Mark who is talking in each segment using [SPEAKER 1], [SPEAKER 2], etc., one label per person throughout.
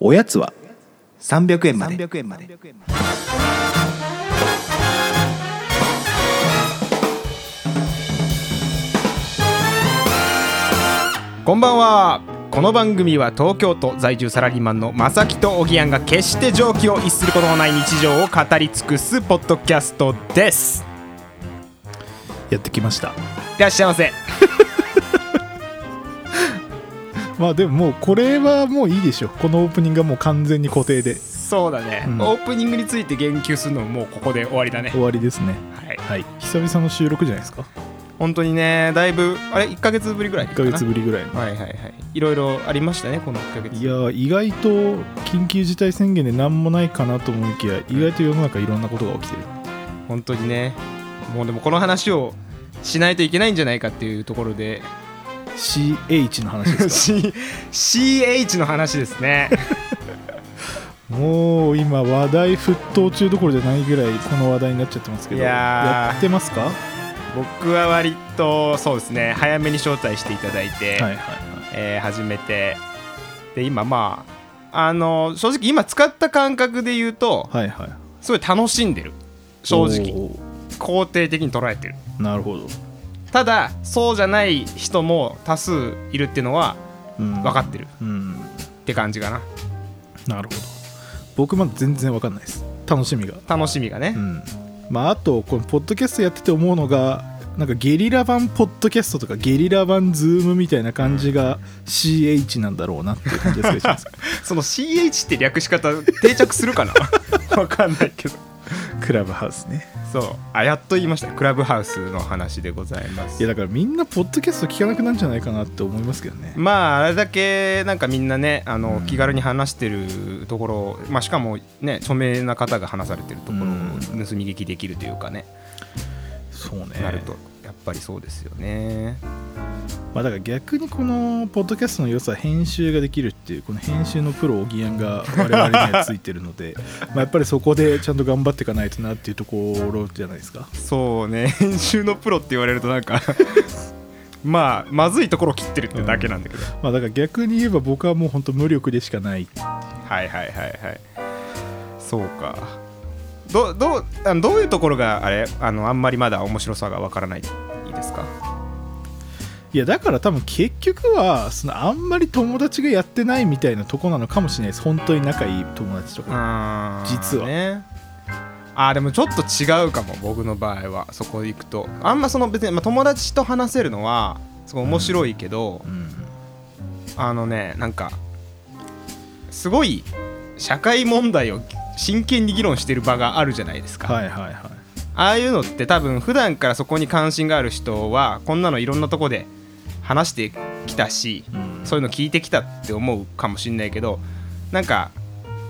[SPEAKER 1] おやつは
[SPEAKER 2] 300円まで
[SPEAKER 3] 300円まで
[SPEAKER 4] こんばんはこの番組は東京都在住サラリーマンの正木とおぎやんが決して常軌を逸することのない日常を語り尽くすポッドキャストです
[SPEAKER 1] やってきました
[SPEAKER 4] いらっしゃいませ
[SPEAKER 1] まあでももうこれはもういいでしょこのオープニングがもう完全に固定で
[SPEAKER 4] そうだね、
[SPEAKER 1] うん
[SPEAKER 4] オープニングについて言及するのももうここで終わりだね
[SPEAKER 1] 終わりですね
[SPEAKER 4] はい
[SPEAKER 1] はい久々の収録じゃないですか
[SPEAKER 4] 本当にねだいぶあれ1か月ぶりぐらい
[SPEAKER 1] 1
[SPEAKER 4] か
[SPEAKER 1] ヶ
[SPEAKER 4] な
[SPEAKER 1] 月ぶりぐらいの
[SPEAKER 4] はいはいはいいろいろありましたねこの1か月
[SPEAKER 1] いやー意外と緊急事態宣言で何もないかなと思いきや意外と世の中いろんなことが起きてる
[SPEAKER 4] 本当にねもうでもこの話をしないといけないんじゃないかっていうところで
[SPEAKER 1] CH の話です
[SPEAKER 4] C- CH の話ですね
[SPEAKER 1] かもう今話題沸騰中どころじゃないぐらいこの話題になっちゃってますけど
[SPEAKER 4] いやー
[SPEAKER 1] やってますかは
[SPEAKER 4] 僕は割とそうですね早めに招待していただいて、
[SPEAKER 1] いはいは
[SPEAKER 4] えー始めてで今まああの正直今使った感覚で言うと
[SPEAKER 1] いはいはい
[SPEAKER 4] すごい楽しんでる正直
[SPEAKER 1] おー
[SPEAKER 4] 肯定的に捉えてる
[SPEAKER 1] なるほど、
[SPEAKER 4] ただそうじゃない人も多数いるっていうのは
[SPEAKER 1] うん、
[SPEAKER 4] 分かってる
[SPEAKER 1] うん
[SPEAKER 4] って感じかな
[SPEAKER 1] なるほど僕まだ全然わかんないです楽しみが
[SPEAKER 4] 楽しみがね、
[SPEAKER 1] うんまああとこのポッドキャストやってて思うのがなんかゲリラ版ポッドキャストとかゲリラ版ズームみたいな感じが CH なんだろうなっていう感じがするじゃないですか
[SPEAKER 4] その CH って略し方定着する かな わかんないけど
[SPEAKER 1] クラブハウスね
[SPEAKER 4] そうあやっと言いましたクラブハウスの話でございま
[SPEAKER 1] い
[SPEAKER 4] す
[SPEAKER 1] やだからみんなポッドキャスト聞かなくなるんじゃないかなって思いますけどね
[SPEAKER 4] まああれだけなんかみんなねあの、
[SPEAKER 1] うん
[SPEAKER 4] 気軽に話してるところを、まあ、しかもね著名な方が話されてるところを盗み聞きできるというかね、
[SPEAKER 1] そうね
[SPEAKER 4] なるとやっぱりそうですよね
[SPEAKER 1] まあだから逆にこのポッドキャストの良さは編集ができるっていうこの編集のプロおぎやんが我々にはついてるの でまあやっぱりそこでちゃんと頑張っていかないとなっていうところじゃないですか
[SPEAKER 4] そうね 編集のプロって言われるとなんか まあまずいところを切ってるってだけなんだけど、
[SPEAKER 1] まあだから逆に言えば僕はもう本当無力でしかない
[SPEAKER 4] はいはいはいはいそうかどどうあのどういうところがあれあのあんまりまだ面白さがわからないですか
[SPEAKER 1] いやだから多分結局はそのあんまり友達がやってないみたいなとこなのかもしれないです本当に仲いい友達とか、
[SPEAKER 4] あー
[SPEAKER 1] 実は
[SPEAKER 4] ねあーでもちょっと違うかも僕の場合はそこ行くとあんまその別に、まあ、友達と話せるのはすごい面白いけど、あのねなんかすごい社会問題を真剣に議論してる場があるじゃないですか、
[SPEAKER 1] はいはいはい
[SPEAKER 4] ああいうのって多分普段からそこに関心がある人はこんなのいろんなとこで話してきたし、
[SPEAKER 1] うん
[SPEAKER 4] そういうの聞いてきたって思うかもしんないけどなんか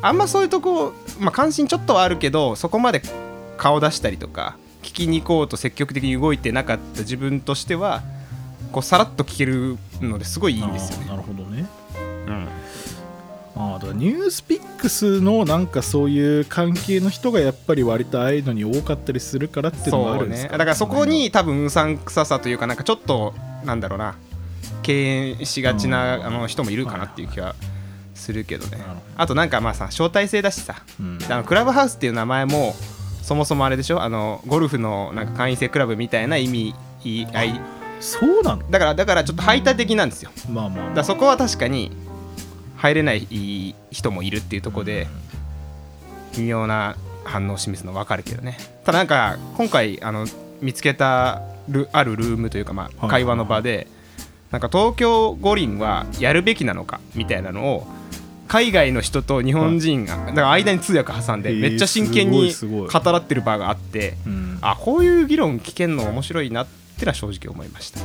[SPEAKER 4] あんまそういうとこ、まあ、関心ちょっとはあるけどそこまで顔出したりとか聞きに行こうと積極的に動いてなかった自分としてはこうさらっと聞けるのですごいいいんですよ
[SPEAKER 1] あー
[SPEAKER 4] ね。
[SPEAKER 1] なるほどね
[SPEAKER 4] うん
[SPEAKER 1] ああだからニュースピックスのなんかそういう関係の人がやっぱり割とああいうのに多かったりするからっていうのもあ
[SPEAKER 4] そ
[SPEAKER 1] る
[SPEAKER 4] うん
[SPEAKER 1] です
[SPEAKER 4] ね
[SPEAKER 1] か
[SPEAKER 4] だからそこに多分うさんくささというかなんかちょっとなんだろうな敬遠しがちな、
[SPEAKER 1] うん
[SPEAKER 4] あの人もいるかなっていう気はするけどね、
[SPEAKER 1] なるほど
[SPEAKER 4] あとなんかまあさ招待制だしさ、
[SPEAKER 1] うん
[SPEAKER 4] あのクラブハウスっていう名前もそもそもあれでしょあのゴルフのなんか会員制クラブみたいな意味合い
[SPEAKER 1] そうなの
[SPEAKER 4] だからだからちょっと排他的なんですよ
[SPEAKER 1] まあまあ、
[SPEAKER 4] だか
[SPEAKER 1] ま
[SPEAKER 4] らそこは確かに入れない人もいるっていうところで微妙な反応を示すの分かるけどねただなんか今回あの見つけたルあるルームというかまあ
[SPEAKER 1] い
[SPEAKER 4] 会話の場でなんか東京五輪はやるべきなのかみたいなのを海外の人と日本人がだから間に通訳挟んで
[SPEAKER 1] へえ
[SPEAKER 4] めっちゃ真剣に
[SPEAKER 1] すごい
[SPEAKER 4] 語
[SPEAKER 1] すご
[SPEAKER 4] らってる場があって
[SPEAKER 1] あうん
[SPEAKER 4] あこういう議論聞けんの面白いなってのは正直思いました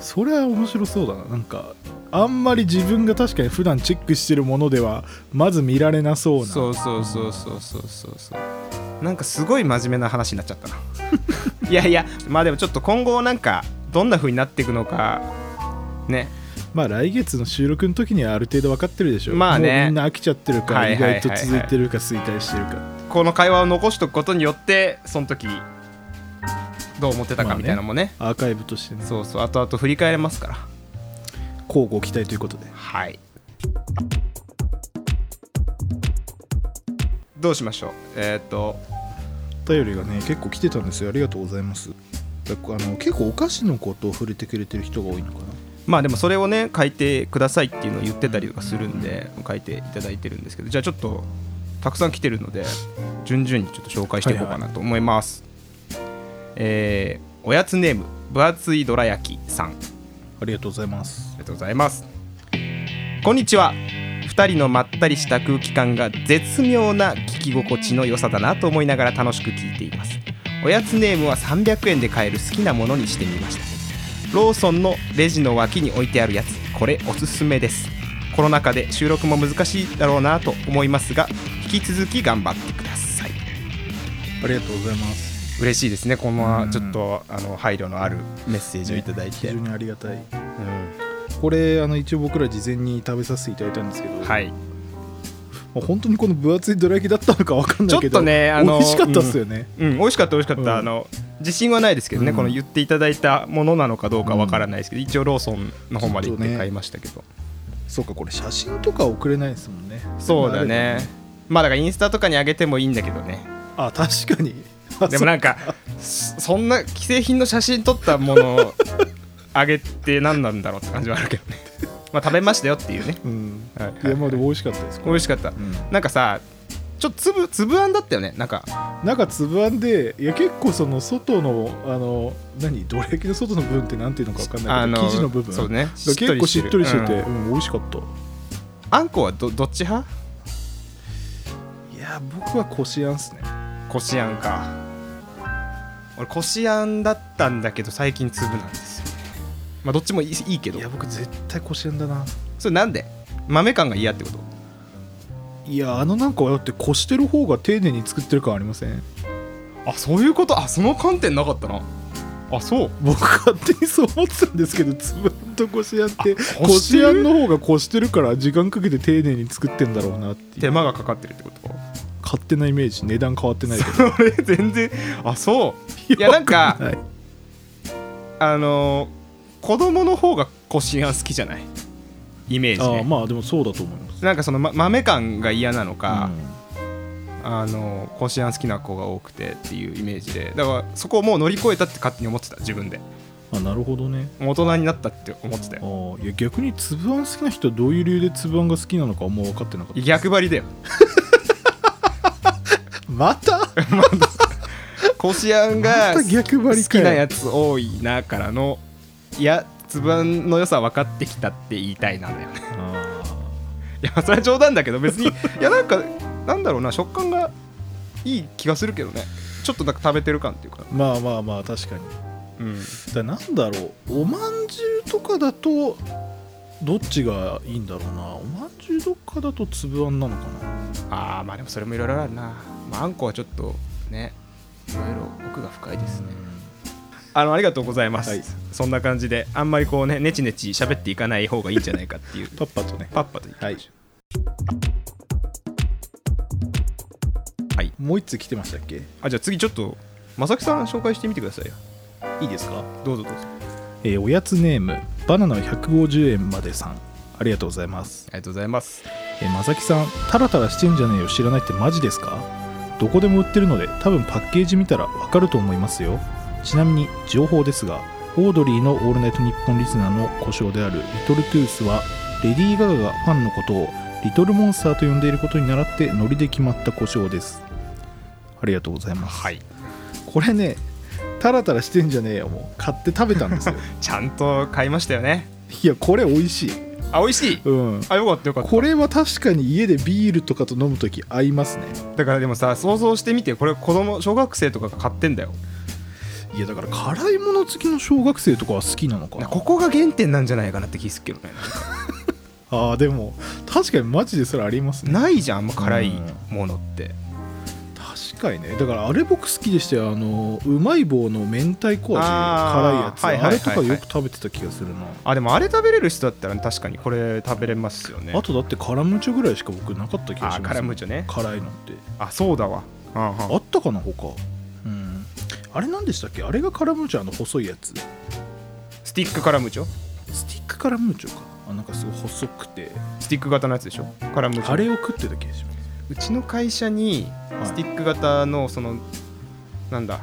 [SPEAKER 1] それは面白そうだななんかあんまり自分が確かに普段チェックしてるものではまず見られなそうな
[SPEAKER 4] そうそうそうそうそうそうそうなんかすごい真面目な話になっちゃったないやいやまあでもちょっと今後なんかどんな風になっていくのかね
[SPEAKER 1] まあ来月の収録の時にはある程度分かってるでしょ
[SPEAKER 4] まあね
[SPEAKER 1] もうみんな飽きちゃってるか
[SPEAKER 4] は
[SPEAKER 1] 意
[SPEAKER 4] いはいはいは
[SPEAKER 1] 外
[SPEAKER 4] い
[SPEAKER 1] と続いてるか衰退してるか、
[SPEAKER 4] この会話を残しておくことによってその時どう思ってたかみたいなのもね,、
[SPEAKER 1] アーカイブとしてね
[SPEAKER 4] そうそう後々振り返れますから
[SPEAKER 1] 交互期待ということで
[SPEAKER 4] はいどうしましょうえーっと
[SPEAKER 1] お便りがね結構来てたんですよありがとうございますだあの結構お菓子のことを触れてくれてる人が多いのかな
[SPEAKER 4] まあでもそれをね書いてくださいっていうのを言ってたりとかするんで書いていただいてるんですけどじゃあちょっとたくさん来てるので順々にちょっと紹介していこうかなと思います、えーおやつネーム分厚いどら焼きさん
[SPEAKER 1] ありがとうございます
[SPEAKER 4] ありがとうございますこんにちは2人のまったりした空気感が絶妙な聞き心地の良さだなと思いながら楽しく聞いていますおやつネームは300円で買える好きなものにしてみましたローソンのレジの脇に置いてあるやつこれおすすめですコロナ禍で収録も難しいだろうなと思いますが引き続き頑張ってください
[SPEAKER 1] ありがとうございます
[SPEAKER 4] 嬉しいですねこ
[SPEAKER 1] う
[SPEAKER 4] の
[SPEAKER 1] ん
[SPEAKER 4] ちょっとあの配慮のあるメッセージをいただいて、
[SPEAKER 1] 非常にありがた
[SPEAKER 4] う
[SPEAKER 1] い
[SPEAKER 4] ん
[SPEAKER 1] これあの一応僕ら事前に食べさせていただいたんですけど、
[SPEAKER 4] はい
[SPEAKER 1] まあ本当にこの分厚いどら焼きだったのかわかんないけど
[SPEAKER 4] ちょっとねあの
[SPEAKER 1] 美味しかったっすよね、
[SPEAKER 4] うん、美味しかった美味しかった、
[SPEAKER 1] うん
[SPEAKER 4] あの自信はないですけどね、
[SPEAKER 1] うん
[SPEAKER 4] この言っていただいたものなのかどうかわからないですけど、一応ローソンの方まで行っ
[SPEAKER 1] ちょっと
[SPEAKER 4] て
[SPEAKER 1] ね
[SPEAKER 4] 買いましたけど、
[SPEAKER 1] そうかこれ写真とか送れないですもんね
[SPEAKER 4] そうだねまあだからインスタとかに上げてもいいんだけどね
[SPEAKER 1] あ確かにあ
[SPEAKER 4] でもなんかそそんな既製品の写真撮ったものを 上げて何なんだろうって感じはあるけどねまあ食べましたよっていうね
[SPEAKER 1] そううん
[SPEAKER 4] はいはい
[SPEAKER 1] いやまあでも美味しかったですこ
[SPEAKER 4] 美
[SPEAKER 1] れ
[SPEAKER 4] 味しかった、
[SPEAKER 1] ん
[SPEAKER 4] なんかさちょっと粒粒あんだったよねなんか
[SPEAKER 1] なんかつぶあんでいや結構その外のあの何どら焼きの外の部分ってなんていうのかわかんない
[SPEAKER 4] あ
[SPEAKER 1] けど生地の部分
[SPEAKER 4] そうね
[SPEAKER 1] だから結構しっとりしてて、
[SPEAKER 4] うん
[SPEAKER 1] うん美味しかった
[SPEAKER 4] あんこはどどっち派
[SPEAKER 1] いや僕はこしあんっすね
[SPEAKER 4] こしあんか俺こしあんだったんだけど最近粒なんですよまあどっちもいいいいけど
[SPEAKER 1] いや僕絶対こしあんだな
[SPEAKER 4] それなんで豆感が嫌ってこと
[SPEAKER 1] いやあのなんかだってこしてる方が丁寧に作ってる感ありません
[SPEAKER 4] あそういうことあその観点なかったなあそう
[SPEAKER 1] 僕勝手にそう思ってたんですけどつぶあんとこしあんって
[SPEAKER 4] あ
[SPEAKER 1] こ
[SPEAKER 4] こして
[SPEAKER 1] し
[SPEAKER 4] る
[SPEAKER 1] あんの方がこしてるから時間かけて丁寧に作ってんだろうなってい
[SPEAKER 4] 手
[SPEAKER 1] う
[SPEAKER 4] 間がかかってるってこと
[SPEAKER 1] 勝手なイメージ値段変わってないけど
[SPEAKER 4] それ全然あそういやなん か
[SPEAKER 1] はい
[SPEAKER 4] あのー子供の方がこしあん好きじゃないイメージ
[SPEAKER 1] あー
[SPEAKER 4] ね
[SPEAKER 1] まあでもそうだと思います
[SPEAKER 4] なんかその、ま、豆感が嫌なのか、
[SPEAKER 1] うん
[SPEAKER 4] あのこしあん好きな子が多くてっていうイメージでだからそこをもう乗り越えたって勝手に思ってた自分で
[SPEAKER 1] あなるほどね
[SPEAKER 4] 大人になったって思ってた
[SPEAKER 1] あ
[SPEAKER 4] よ
[SPEAKER 1] ーいや逆につぶあん好きな人はどういう理由でつぶあんが好きなのかあんま分かってなかった
[SPEAKER 4] 逆張りだよ
[SPEAKER 1] また
[SPEAKER 4] こしあんが
[SPEAKER 1] また逆張りかよ
[SPEAKER 4] 好きなやつ多いなからのいやつぶあんの良さ分かってきたって言いたいなんだよねいやそれは冗談だけど別にいやなんかなんだろうな食感がいい気がするけどねちょっとなんか食べてる感っていうか
[SPEAKER 1] まあまあまあ確かに
[SPEAKER 4] うん
[SPEAKER 1] だなんだろうおまんじゅうとかだとどっちがいいんだろうなおまんじゅうとかだとつぶあんなのかな
[SPEAKER 4] ああまあでもそれもいろいろあるな、まあ、あんこはちょっとねいろいろ奥が深いですねあのありがとうございます、
[SPEAKER 1] はい
[SPEAKER 4] そんな感じであんまりこうねネチネチ喋っていかない方がいいんじゃないかっていう
[SPEAKER 1] パッパとね
[SPEAKER 4] パッパと言って
[SPEAKER 1] は
[SPEAKER 4] ま
[SPEAKER 1] い
[SPEAKER 4] しょ
[SPEAKER 1] もう一つ来てましたっけ
[SPEAKER 4] う、あじゃあ次ちょっとまさきさん紹介してみてくださいよ
[SPEAKER 1] いいですか、
[SPEAKER 4] どうぞどうぞ
[SPEAKER 1] えーおやつネームバナナ150円までさんありがとうございます
[SPEAKER 4] ありがとうございます
[SPEAKER 1] えー、まさきさんタラタラしてんじゃねえよ知らないってマジですかどこでも売ってるので多分パッケージ見たらわかると思いますよちなみに情報ですがオードリーの「オールナイトニッポン」リスナーの故障であるリトルトゥースはレディー・ガガがファンのことをリトルモンスターと呼んでいることに倣ってノリで決まった故障ですありがとうございます、
[SPEAKER 4] はい
[SPEAKER 1] これねタラタラしてんじゃねえよもう買って食べたんですよ
[SPEAKER 4] ちゃんと買いましたよね
[SPEAKER 1] いやこれ美味しい
[SPEAKER 4] あ美味しい
[SPEAKER 1] うん
[SPEAKER 4] あよかったよかった
[SPEAKER 1] これは確かに家でビールとかと飲む時合いますね
[SPEAKER 4] だからでもさ想像してみてこれ子供小学生とかが買ってんだよ
[SPEAKER 1] いやだから辛いもの好きの小学生とかは好きなのかな
[SPEAKER 4] ここが原点なんじゃないかなって気すっけどね
[SPEAKER 1] あーでも確かにマジでそれありますね
[SPEAKER 4] ないじゃんあんま辛いものって
[SPEAKER 1] 確かにねだからあれ僕好きでしたよあのうまい棒の明太子味の辛いや
[SPEAKER 4] あ
[SPEAKER 1] つ
[SPEAKER 4] ーはいはい
[SPEAKER 1] あ
[SPEAKER 4] はいはい
[SPEAKER 1] れとかよく食べてた気がするな、
[SPEAKER 4] あでもあれ食べれる人だったら確かにこれ食べれますよね
[SPEAKER 1] あとだってカラムーチョぐらいしか僕なかった気がします、
[SPEAKER 4] あーカラムーチョね
[SPEAKER 1] 辛いのって
[SPEAKER 4] あそうだわはんはん
[SPEAKER 1] あったかな他うんあれ何でしたっけあれがカラムーチョあの細いやつ
[SPEAKER 4] スティックカラムーチョ
[SPEAKER 1] スティックカラムーチョかあなんかすごい細くて
[SPEAKER 4] スティック型のやつでしょカラムーチョ
[SPEAKER 1] あれを食ってた気がします
[SPEAKER 4] うちの会社に
[SPEAKER 1] はい
[SPEAKER 4] スティック型のそのなんだ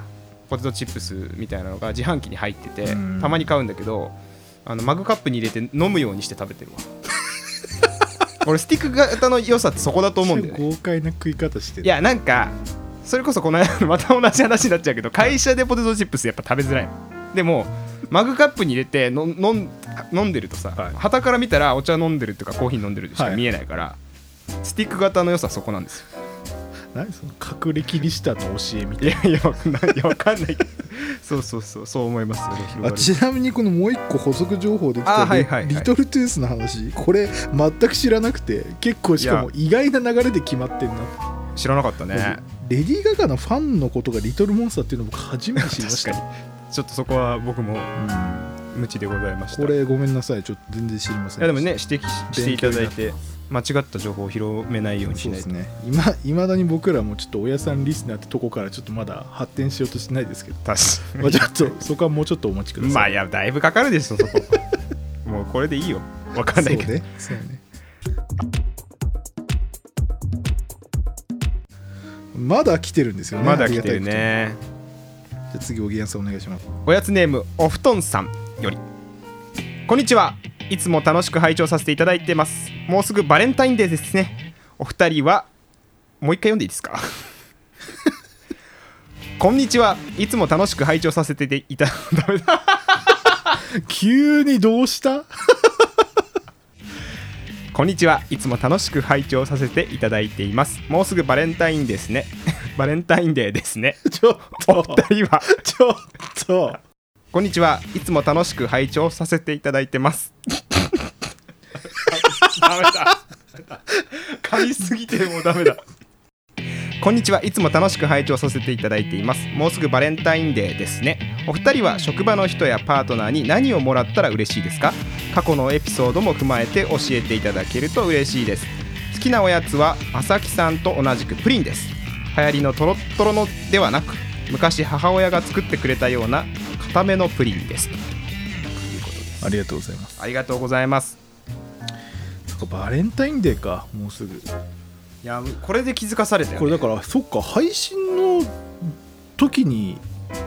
[SPEAKER 4] ポテトチップスみたいなのが自販機に入ってて
[SPEAKER 1] うん
[SPEAKER 4] たまに買うんだけどあのマグカップに入れて飲むようにして食べて るわ俺スティック型の良さってそこだと思うんだよね
[SPEAKER 1] 豪快な食い方してる
[SPEAKER 4] いやなんかそれこそこの間 また同じ話になっちゃうけど会社でポテトチップスやっぱ食べづらいでもマグカップに入れての飲ん飲んでるとさ
[SPEAKER 1] はい
[SPEAKER 4] はた、から見たらお茶飲んでるとかコーヒー飲んでるとしか
[SPEAKER 1] はい
[SPEAKER 4] 見えないから、スティック型の良さはそこなんですよ
[SPEAKER 1] 何その隠れキリシタンの教えみた
[SPEAKER 4] い
[SPEAKER 1] い
[SPEAKER 4] やいやわかんないいやわかんないけどそうそうそうそう思いますよね広が
[SPEAKER 1] なあ
[SPEAKER 4] る
[SPEAKER 1] ちなみにこのもう一個補足情報できた
[SPEAKER 4] あはいはいはい
[SPEAKER 1] リリトルトゥースの話これ全く知らなくて結構しかも意外な流れで決まってんなって
[SPEAKER 4] 知らなかったね
[SPEAKER 1] レディー・ガガのファンのことがリトルモンスターっていうの僕初めて知りまし
[SPEAKER 4] 確
[SPEAKER 1] た
[SPEAKER 4] かにちょっとそこは僕も無知でございました
[SPEAKER 1] これごめんなさいちょっと全然知りません
[SPEAKER 4] いやでもね指摘ししていただいて間違った情報を広めないようにし
[SPEAKER 1] そう
[SPEAKER 4] な
[SPEAKER 1] で
[SPEAKER 4] い
[SPEAKER 1] す
[SPEAKER 4] と、
[SPEAKER 1] ねいまだに僕らもちょっとおやさんリスナーってとこからちょっとまだ発展しようとしてな いですけど
[SPEAKER 4] 確かに
[SPEAKER 1] まあちょっとそこはもうちょっとお待ちください
[SPEAKER 4] まあいやだいぶかかるでしょそこ もうこれでいいよわかんないけど、
[SPEAKER 1] そうねそうねまだ来てるんですよね
[SPEAKER 4] まだ来てる
[SPEAKER 1] ありが
[SPEAKER 4] ね
[SPEAKER 1] たいことにじゃあ次おぎやんさんお願いします
[SPEAKER 4] おやつネームお布団さんよりこんにちはいつも楽しく拝聴させていただいてますもうすぐバレンタインデーですねお二人はもう一回読んでいいですか こんにちはいつも楽しく拝聴させていたダメだ
[SPEAKER 1] 急にどうした
[SPEAKER 4] こんにちはいつも楽しく拝聴させていただいていますもうすぐバレンタインですね バレンタインデーですね
[SPEAKER 1] ちょっ
[SPEAKER 4] お
[SPEAKER 1] と
[SPEAKER 4] 二人は
[SPEAKER 1] ちょっと
[SPEAKER 4] こんにちは。いつも楽しく拝聴させていただいてます。 ダメだ。噛みすぎてもうダメだ。こんにちは。いつも楽しく拝聴させていただいています。もうすぐバレンタインデーですね。お二人は職場の人やパートナーに何をもらったら嬉しいですか過去のエピソードも踏まえて教えていただけると嬉しいです。好きなおやつは朝木さんと同じくプリンです。流行りのトロットロのではなく、昔母親が作ってくれたような固めのプリンです。ということです。
[SPEAKER 1] ありがとうございます
[SPEAKER 4] ありがとうございます。
[SPEAKER 1] そっかバレンタインデーかもうすぐ
[SPEAKER 4] いや、これで気づかされたよ、ね。
[SPEAKER 1] これだからそっか配信の時に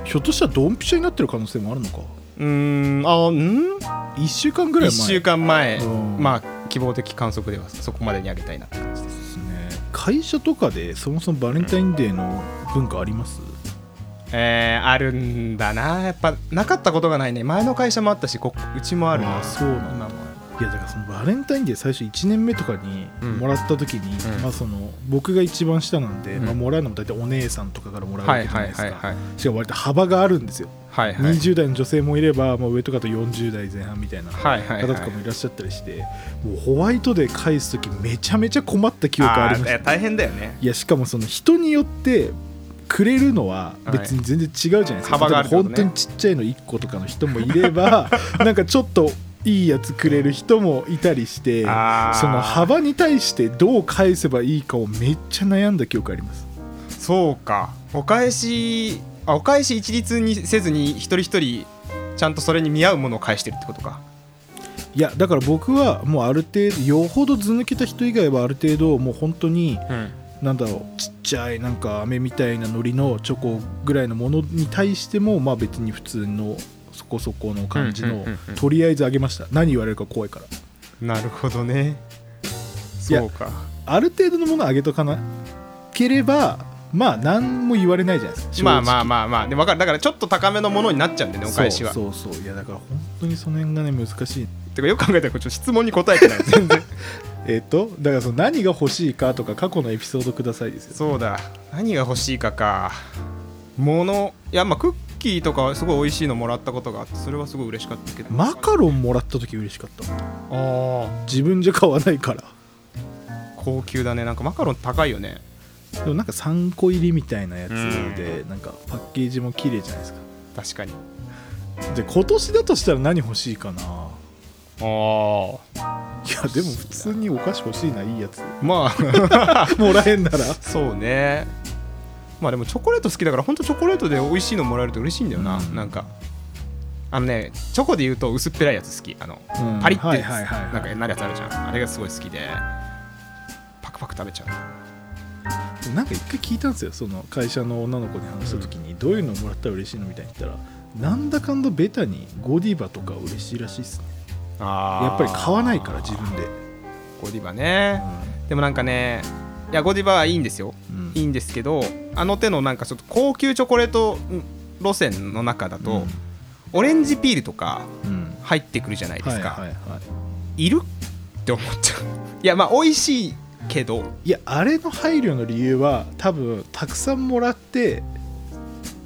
[SPEAKER 1] ひょっとしたらドンピシャになってる可能性もあるのか
[SPEAKER 4] うーん、あ、うん。
[SPEAKER 1] 1週間ぐらい
[SPEAKER 4] 1
[SPEAKER 1] 前
[SPEAKER 4] 週間前、
[SPEAKER 1] うん
[SPEAKER 4] まあ希望的観測ではそこまでにあげたいなって感じです
[SPEAKER 1] ですね会社とかでそもそもバレンタインデーの文化あります、
[SPEAKER 4] えー、あるんだなやっぱなかったことがないね前の会社もあったしこうちもあるな
[SPEAKER 1] あそうなんだ
[SPEAKER 4] 今も
[SPEAKER 1] いやだからそのバレンタインデー最初1年目とかに
[SPEAKER 4] うん
[SPEAKER 1] もらった時に、
[SPEAKER 4] うん
[SPEAKER 1] まあ、その僕が一番下なんで、
[SPEAKER 4] うん
[SPEAKER 1] まあ、もらうのも大体お姉さんとかからもらうわ
[SPEAKER 4] は
[SPEAKER 1] け
[SPEAKER 4] い
[SPEAKER 1] じゃ
[SPEAKER 4] は
[SPEAKER 1] な
[SPEAKER 4] い
[SPEAKER 1] いです
[SPEAKER 4] はいは
[SPEAKER 1] か
[SPEAKER 4] い
[SPEAKER 1] しかも割と幅があるんですよ、
[SPEAKER 4] はいはい
[SPEAKER 1] 20代の女性もいれば、まあ、上とかと40代前半みたいな方
[SPEAKER 4] はいはいはい
[SPEAKER 1] とかもいらっしゃったりして、もうホワイトデー返す時めちゃめちゃ困った記憶あり
[SPEAKER 4] ー
[SPEAKER 1] ま
[SPEAKER 4] い
[SPEAKER 1] し
[SPEAKER 4] や
[SPEAKER 1] た
[SPEAKER 4] 大変だよね
[SPEAKER 1] いやしかもその人によってくれるのは
[SPEAKER 4] はい
[SPEAKER 1] 別に全然違うじゃないですか、
[SPEAKER 4] 幅があるって
[SPEAKER 1] 例
[SPEAKER 4] ことね
[SPEAKER 1] えば本当にちっちゃいの1個とかの人もいれ ばなんかちょっといいやつくれる人もいたりして
[SPEAKER 4] あー
[SPEAKER 1] その幅に対してどう返せばいいかをめっちゃ悩んだ記憶あります
[SPEAKER 4] そうかお返しあお返し一律にせずに一人一人ちゃんとそれに見合うものを返してるってことか
[SPEAKER 1] いやだから僕はもうある程度よほどず抜けた人以外はある程度もう本当に
[SPEAKER 4] うん
[SPEAKER 1] なんだろうちっちゃいなんか飴みたいな海苔のチョコぐらいのものに対してもまあ別に普通のそこそこの感じ
[SPEAKER 4] うんうん
[SPEAKER 1] の
[SPEAKER 4] うんうん
[SPEAKER 1] とりあえずあげました何言われるか怖いから
[SPEAKER 4] なるほどね
[SPEAKER 1] いや
[SPEAKER 4] そうか
[SPEAKER 1] ある程度のものあげとかなければまあ何も言われないじゃないですか正直
[SPEAKER 4] まあまあまあまあでわかるだからちょっと高めのものになっちゃうんだよねお返しは
[SPEAKER 1] そうそうそういやだから本当にその辺がね難しい
[SPEAKER 4] てかよく考えたらこれちょっと質問に答えてない全然
[SPEAKER 1] えっ、とだからその何が欲しいかとか過去のエピソードくださいですよ
[SPEAKER 4] そうだ何が欲しいかか物いやまあクッキーとかはすごい美味しいのもらったことがあってそれはすごい嬉しかったけど
[SPEAKER 1] マカロンもらった時嬉しかった
[SPEAKER 4] あー
[SPEAKER 1] 自分じゃ買わないから
[SPEAKER 4] 高級だねなんかマカロン高いよね
[SPEAKER 1] でもなんか3個入りみたいなやつで、なんかパッケージも綺麗じゃないですか
[SPEAKER 4] 確かに
[SPEAKER 1] で今年だとしたら何欲しいかない
[SPEAKER 4] あ
[SPEAKER 1] やでも普通にお菓子欲しいないいやつ
[SPEAKER 4] あまあ
[SPEAKER 1] もらえんなら
[SPEAKER 4] そうねまあでもチョコレート好きだからほんとチョコレートで美味しいのもらえると嬉しいんだよな、
[SPEAKER 1] うん
[SPEAKER 4] なんかあのねチョコで言うと薄っぺらいやつ好きあの
[SPEAKER 1] うん
[SPEAKER 4] パリって
[SPEAKER 1] はいはいはいはい
[SPEAKER 4] なんかなるやつあるじゃんあれがすごい好きでパクパク食べちゃう
[SPEAKER 1] でもなんか一回聞いたんですよその会社の女の子に話した時にどういうのをもらったら嬉しいのみたいに言ったらなんだかんだベタにゴディバとか嬉しいらしいっすねや
[SPEAKER 4] や
[SPEAKER 1] っぱり買わないから自分で、
[SPEAKER 4] ゴディバねでもなんかねいやゴディバはいいんですよ
[SPEAKER 1] うん
[SPEAKER 4] いいんですけどあの手のなんかちょっと高級チョコレート路線の中だと、オレンジピールとか
[SPEAKER 1] うんうん
[SPEAKER 4] 入ってくるじゃないですか、、
[SPEAKER 1] はいはいはい
[SPEAKER 4] るって思っちゃういやまあ美味しいけど
[SPEAKER 1] い、いやあれの配慮の理由は多分たくさんもらって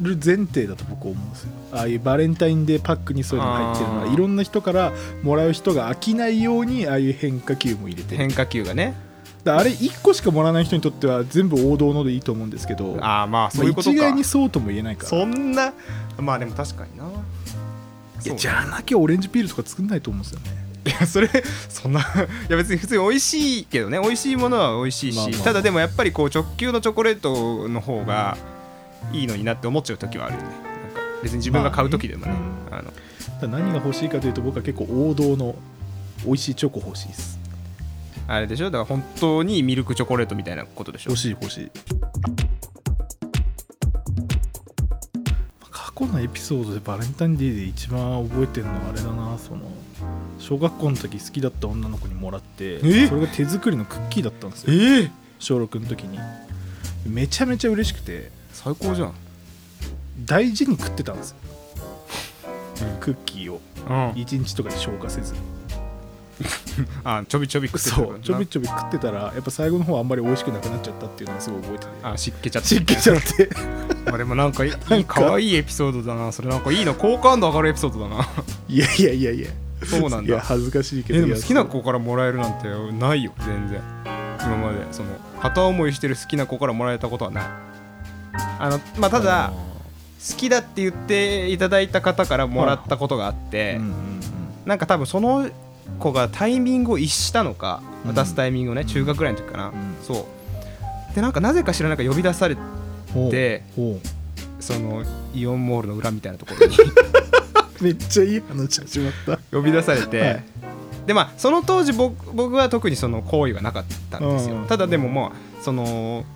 [SPEAKER 1] る前提だと僕思うんですよああいうバレンタインデーパックにそういうのが入ってるのは
[SPEAKER 4] あー
[SPEAKER 1] いろんな人からもらう人が飽きないようにああいう変化球も入れてる
[SPEAKER 4] 変化球がね
[SPEAKER 1] だからあれ1個しかもらわない人にとっては全部王道のでいいと思うんですけど
[SPEAKER 4] ああまあそうい
[SPEAKER 1] まあ
[SPEAKER 4] うこと
[SPEAKER 1] 一概
[SPEAKER 4] か
[SPEAKER 1] にそうとも言えないから
[SPEAKER 4] そんなまあでも確かにない
[SPEAKER 1] や
[SPEAKER 4] そう
[SPEAKER 1] じゃなきゃオレンジピールとか作んないと思うんですよね
[SPEAKER 4] いやそれそんないや別に普通に美味しいけどね美味しいものは美味しいし、
[SPEAKER 1] まあまあまあ
[SPEAKER 4] ただでもやっぱりこう直球のチョコレートの方がいいのになって思っちゃう時はあるよねなんか別に自分が買う時でもね,、あの
[SPEAKER 1] だから何が欲しいかというと僕は結構王道の美味しいチョコ欲しいです
[SPEAKER 4] あれでしょだから本当にミルクチョコレートみたいなことでしょ
[SPEAKER 1] 欲しい欲しい過去のエピソードでバレンタインデーで一番覚えてるのはあれだなその小学校の時好きだった女の子にもらって
[SPEAKER 4] え
[SPEAKER 1] それが手作りのクッキーだったんです
[SPEAKER 4] え
[SPEAKER 1] よ
[SPEAKER 4] ー
[SPEAKER 1] 小6の時にめちゃめちゃ嬉しくて
[SPEAKER 4] 最高じゃん、
[SPEAKER 1] 大事に食ってたんですよクッキーを
[SPEAKER 4] うん、
[SPEAKER 1] 1日とかで消化せず
[SPEAKER 4] あちょびちょび食ってた
[SPEAKER 1] そうちょびちょび食ってたらやっぱ最後の方あんまり美味しくなくなっちゃったっていうのはすごい覚えてて
[SPEAKER 4] あ湿気ちゃ って
[SPEAKER 1] 湿気ちゃって
[SPEAKER 4] あでもなんかいい
[SPEAKER 1] なんか
[SPEAKER 4] 可愛いエピソードだなそれなんかいいの好感度上がるエピソードだ な
[SPEAKER 1] いやいやいやいや
[SPEAKER 4] そうなん
[SPEAKER 1] いや
[SPEAKER 4] だ
[SPEAKER 1] 恥ずかしいけ
[SPEAKER 4] え
[SPEAKER 1] ど
[SPEAKER 4] でも
[SPEAKER 1] いや
[SPEAKER 4] 好きな子からもらえるなんてないよ全然今までその片思いしてる好きな子からもらえたことはないあのまあただ好きだって言っていただいた方からもらったことがあって、
[SPEAKER 1] うんうんうん
[SPEAKER 4] なんか多分その子がタイミングを逸したのか
[SPEAKER 1] うん
[SPEAKER 4] 渡すタイミングをね、中学ぐらいの時かな、
[SPEAKER 1] ん
[SPEAKER 4] そうでなんかなぜか知らないか呼び出され
[SPEAKER 1] ほう
[SPEAKER 4] で
[SPEAKER 1] ほ
[SPEAKER 4] そのイオンモールの裏みたいなところに
[SPEAKER 1] うめっちゃいい話始まった
[SPEAKER 4] 呼び出されて、
[SPEAKER 1] はい
[SPEAKER 4] でまあその当時僕僕は特にその行為はなかったんですよ、
[SPEAKER 1] うん
[SPEAKER 4] ただでもまあその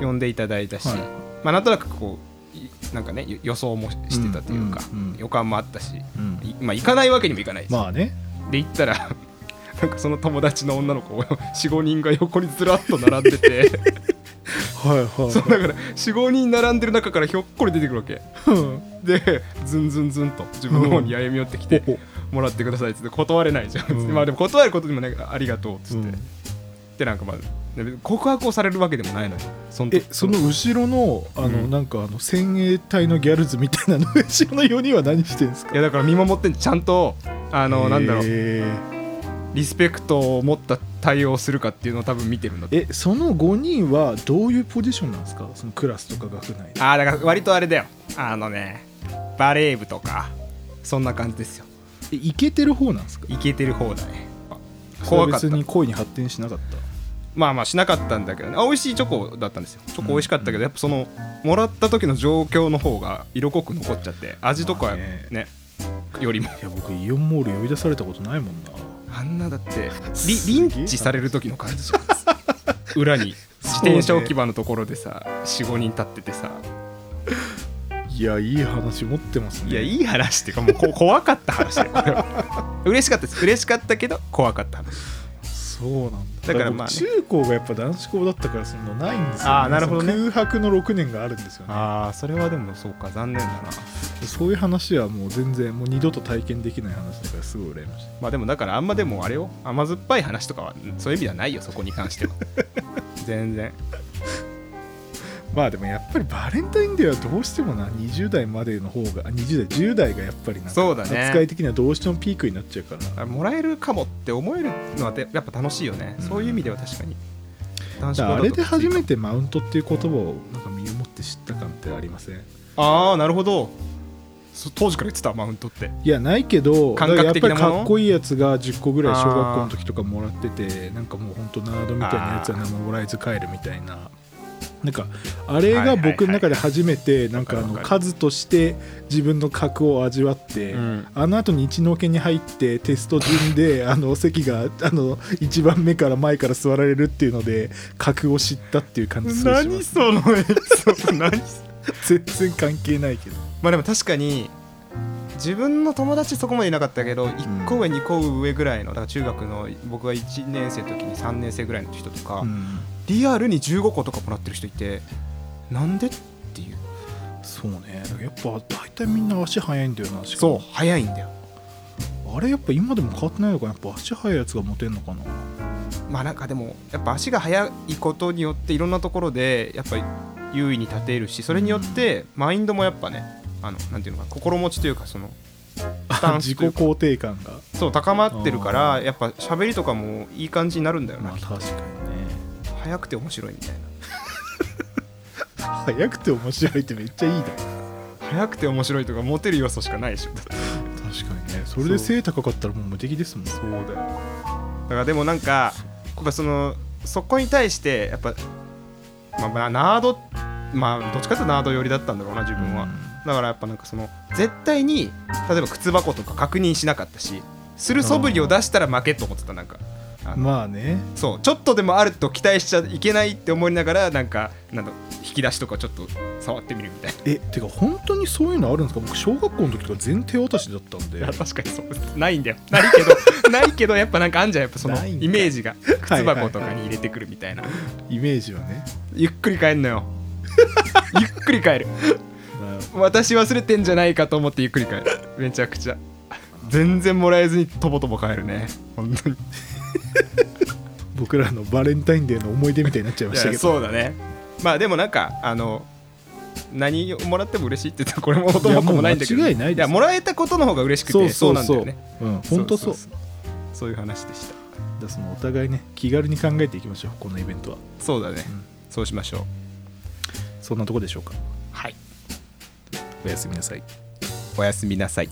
[SPEAKER 4] 呼んでいただいたし、
[SPEAKER 1] はい
[SPEAKER 4] まあなんとなくこういなんかねよ予想もしてたというか、
[SPEAKER 1] うんうんうん
[SPEAKER 4] 予感もあったし、
[SPEAKER 1] うん
[SPEAKER 4] いまあ行かないわけにもいかないし、
[SPEAKER 1] まあね
[SPEAKER 4] で行ったら なんかその友達の女の子を45人が横にずらっと並んでて
[SPEAKER 1] はいはい
[SPEAKER 4] そうだから45人並んでる中からひょっこり出てくるわけ
[SPEAKER 1] うん
[SPEAKER 4] でズンズンズンと自分の方に歩み寄ってきて
[SPEAKER 1] ほう
[SPEAKER 4] 「もらってください」っつって断れないじゃん、
[SPEAKER 1] うん
[SPEAKER 4] まあでも断ることにもねありがとうっつ
[SPEAKER 1] う
[SPEAKER 4] って、
[SPEAKER 1] ん
[SPEAKER 4] でなんかまあ告白をされるわけでもないのにその
[SPEAKER 1] え
[SPEAKER 4] 時
[SPEAKER 1] その後ろのあの、
[SPEAKER 4] うん
[SPEAKER 1] なんかあの先鋭隊のギャルズみたいなの後ろの4人は何してんですか
[SPEAKER 4] いやだから見守ってんのちゃんとあのなんだろう
[SPEAKER 1] へー
[SPEAKER 4] リスペクトを持った対応をするかっていうのを多分見てるんだって
[SPEAKER 1] えその5人はどういうポジションなんですかそのクラスとか学内で
[SPEAKER 4] ああだから割とあれだよあのねバレー部とかそんな感じですよ
[SPEAKER 1] えいけてる方なんですか
[SPEAKER 4] イケてる方だね
[SPEAKER 1] 怖
[SPEAKER 4] 怖かった
[SPEAKER 1] 別に恋に発展しなかった
[SPEAKER 4] まあまあしなかったんだけどねあ美味しいチョコだったんですよチョコ美味しかったけど、やっぱそのもらった時の状況の方が色濃く残っちゃって味と
[SPEAKER 1] ま
[SPEAKER 4] か
[SPEAKER 1] あ
[SPEAKER 4] ね
[SPEAKER 1] ね
[SPEAKER 4] よりも
[SPEAKER 1] いや僕イオンモール呼び出されたことないもんな
[SPEAKER 4] あんなだってリ
[SPEAKER 1] すげえ
[SPEAKER 4] リ
[SPEAKER 1] な
[SPEAKER 4] ンチされる時の感じじゃないですか裏に自転車置き場のところでさ45人立っててさ
[SPEAKER 1] いやいい話持ってますね
[SPEAKER 4] いやいい話っていうかもうこ 怖かった話だよこ れは嬉しかったです嬉しかったけど怖かった話
[SPEAKER 1] そうなんだ
[SPEAKER 4] だからまあね
[SPEAKER 1] 僕中高がやっぱ男子校だったからそのないんですよ、ね、
[SPEAKER 4] あーなるほどね
[SPEAKER 1] その空白の6年があるんですよね
[SPEAKER 4] ああそれはでもそうか残念だな
[SPEAKER 1] そういう話はもう全然もう二度と体験できない話だからすごい羨ましい
[SPEAKER 4] まあでもだからあんまでもあれよ甘酸っぱい話とかはそういう意味ではないよそこに関 しては全然
[SPEAKER 1] まあでもやっぱりバレンタインデーはどうしてもな20代までの方があ20代10代がやっぱりなんか
[SPEAKER 4] そうだね
[SPEAKER 1] 扱い的にはどうしてもピークになっちゃうから
[SPEAKER 4] あもらえるかもって思えるのはでやっぱ楽しいよね、
[SPEAKER 1] うん
[SPEAKER 4] そういう意味では確かに男
[SPEAKER 1] だからあれで初め
[SPEAKER 4] て
[SPEAKER 1] てマウントっていう言葉をなんか身をもって知った感ってありません
[SPEAKER 4] ああなるほどそ当時から言ってたマウントって
[SPEAKER 1] いやないけど
[SPEAKER 4] 感覚的なもの
[SPEAKER 1] だからやっぱりかっこいいやつが10個ぐらい小学校の時とかもらっててなんかもうほんとナードみたいなやつは何ももらえず帰るみたいななんかあれが僕の中で初めてなんかあ
[SPEAKER 4] わ
[SPEAKER 1] の
[SPEAKER 4] かるわか
[SPEAKER 1] 数として自分の格を味わって、
[SPEAKER 4] うん
[SPEAKER 1] あの後に一ノ家に入ってテスト順 であの席があの1番目から前から座られるっていうので格を知ったっていう感じするしま
[SPEAKER 4] 何
[SPEAKER 1] す
[SPEAKER 4] そのエピソ ード何それ
[SPEAKER 1] 全然関係ないけど
[SPEAKER 4] まあでも確かに自分の友達そこまでいなかったけど1個上2個上ぐらいのだから中学の僕が1年生の時に3年生ぐらいの人とか、
[SPEAKER 1] うん
[SPEAKER 4] リアルに15個とかもらってる人いてなんでっていう
[SPEAKER 1] そうねだからやっぱ大体みんな足早いんだよなしか
[SPEAKER 4] そう
[SPEAKER 1] も
[SPEAKER 4] 早いんだよ
[SPEAKER 1] あれやっぱ今でも変わってないのかなやっぱ足早いやつがモテんのかな
[SPEAKER 4] まあなんかでもやっぱ足が速いことによっていろんなところでやっぱり優位に立てるしそれによってマインドもやっぱねあのなんていうのかな心持ちというかそのスタン
[SPEAKER 1] 自
[SPEAKER 4] ス
[SPEAKER 1] 己
[SPEAKER 4] というか
[SPEAKER 1] 肯定感が
[SPEAKER 4] そう高まってるから
[SPEAKER 1] あー
[SPEAKER 4] やっぱ喋りとかもいい感じになるんだよな、
[SPEAKER 1] まあ確かにね
[SPEAKER 4] 早くて面白いみたいな
[SPEAKER 1] 早くて面白いってめっちゃいいだ確
[SPEAKER 4] 早くて面白いとかモテる要素しかないでしょ
[SPEAKER 1] かにねそれで背高かったらもう無敵ですもん
[SPEAKER 4] そうだよだからでもなんかやっぱそのそこに対してやっぱ、まあまあ、ナードまあどっちかというとナード寄りだったんだろうな自分は、
[SPEAKER 1] うん
[SPEAKER 4] だからやっぱなんかその絶対に例えば靴箱とか確認しなかったしする素振りを出したら負けと思ってたなんかあの
[SPEAKER 1] まあね
[SPEAKER 4] そうちょっとでもあると期待しちゃいけないって思いながらなんかなんだ引き出しとかちょっと触ってみるみたい
[SPEAKER 1] えてか本当にそういうのあるんですか僕小学校の時とか全手渡しだったんで
[SPEAKER 4] な確かにそうですないんだよないけどないけどやっぱなんかあんじゃんやっぱその
[SPEAKER 1] ないんか
[SPEAKER 4] イメージが
[SPEAKER 1] は
[SPEAKER 4] 靴
[SPEAKER 1] いはいはい
[SPEAKER 4] 箱とかに入れてくるみたいな
[SPEAKER 1] イメージはね
[SPEAKER 4] ゆっくり帰んの よゆっくり帰る私忘れてんじゃないかと思ってゆっくり帰るめちゃくちゃ全然もらえずにとぼとぼ帰るね本当に
[SPEAKER 1] 僕らのバレンタインデーの思い出みたいになっちゃいました
[SPEAKER 4] いや
[SPEAKER 1] けど
[SPEAKER 4] そうだねまあでもなんかあの何をもらっても嬉しいって言ったらこれも元も子もないんだけど
[SPEAKER 1] いやもう間違いないです
[SPEAKER 4] やもらえたことの方が嬉しくてそうなんだよね
[SPEAKER 1] うん本当そう
[SPEAKER 4] そうそういう話でした
[SPEAKER 1] だからそのお互いね気軽に考えていきましょうこのイベントは
[SPEAKER 4] そうだね、そうしましょう
[SPEAKER 1] そんなとこでしょうか
[SPEAKER 4] はい
[SPEAKER 1] おやすみなさい
[SPEAKER 4] おやすみなさい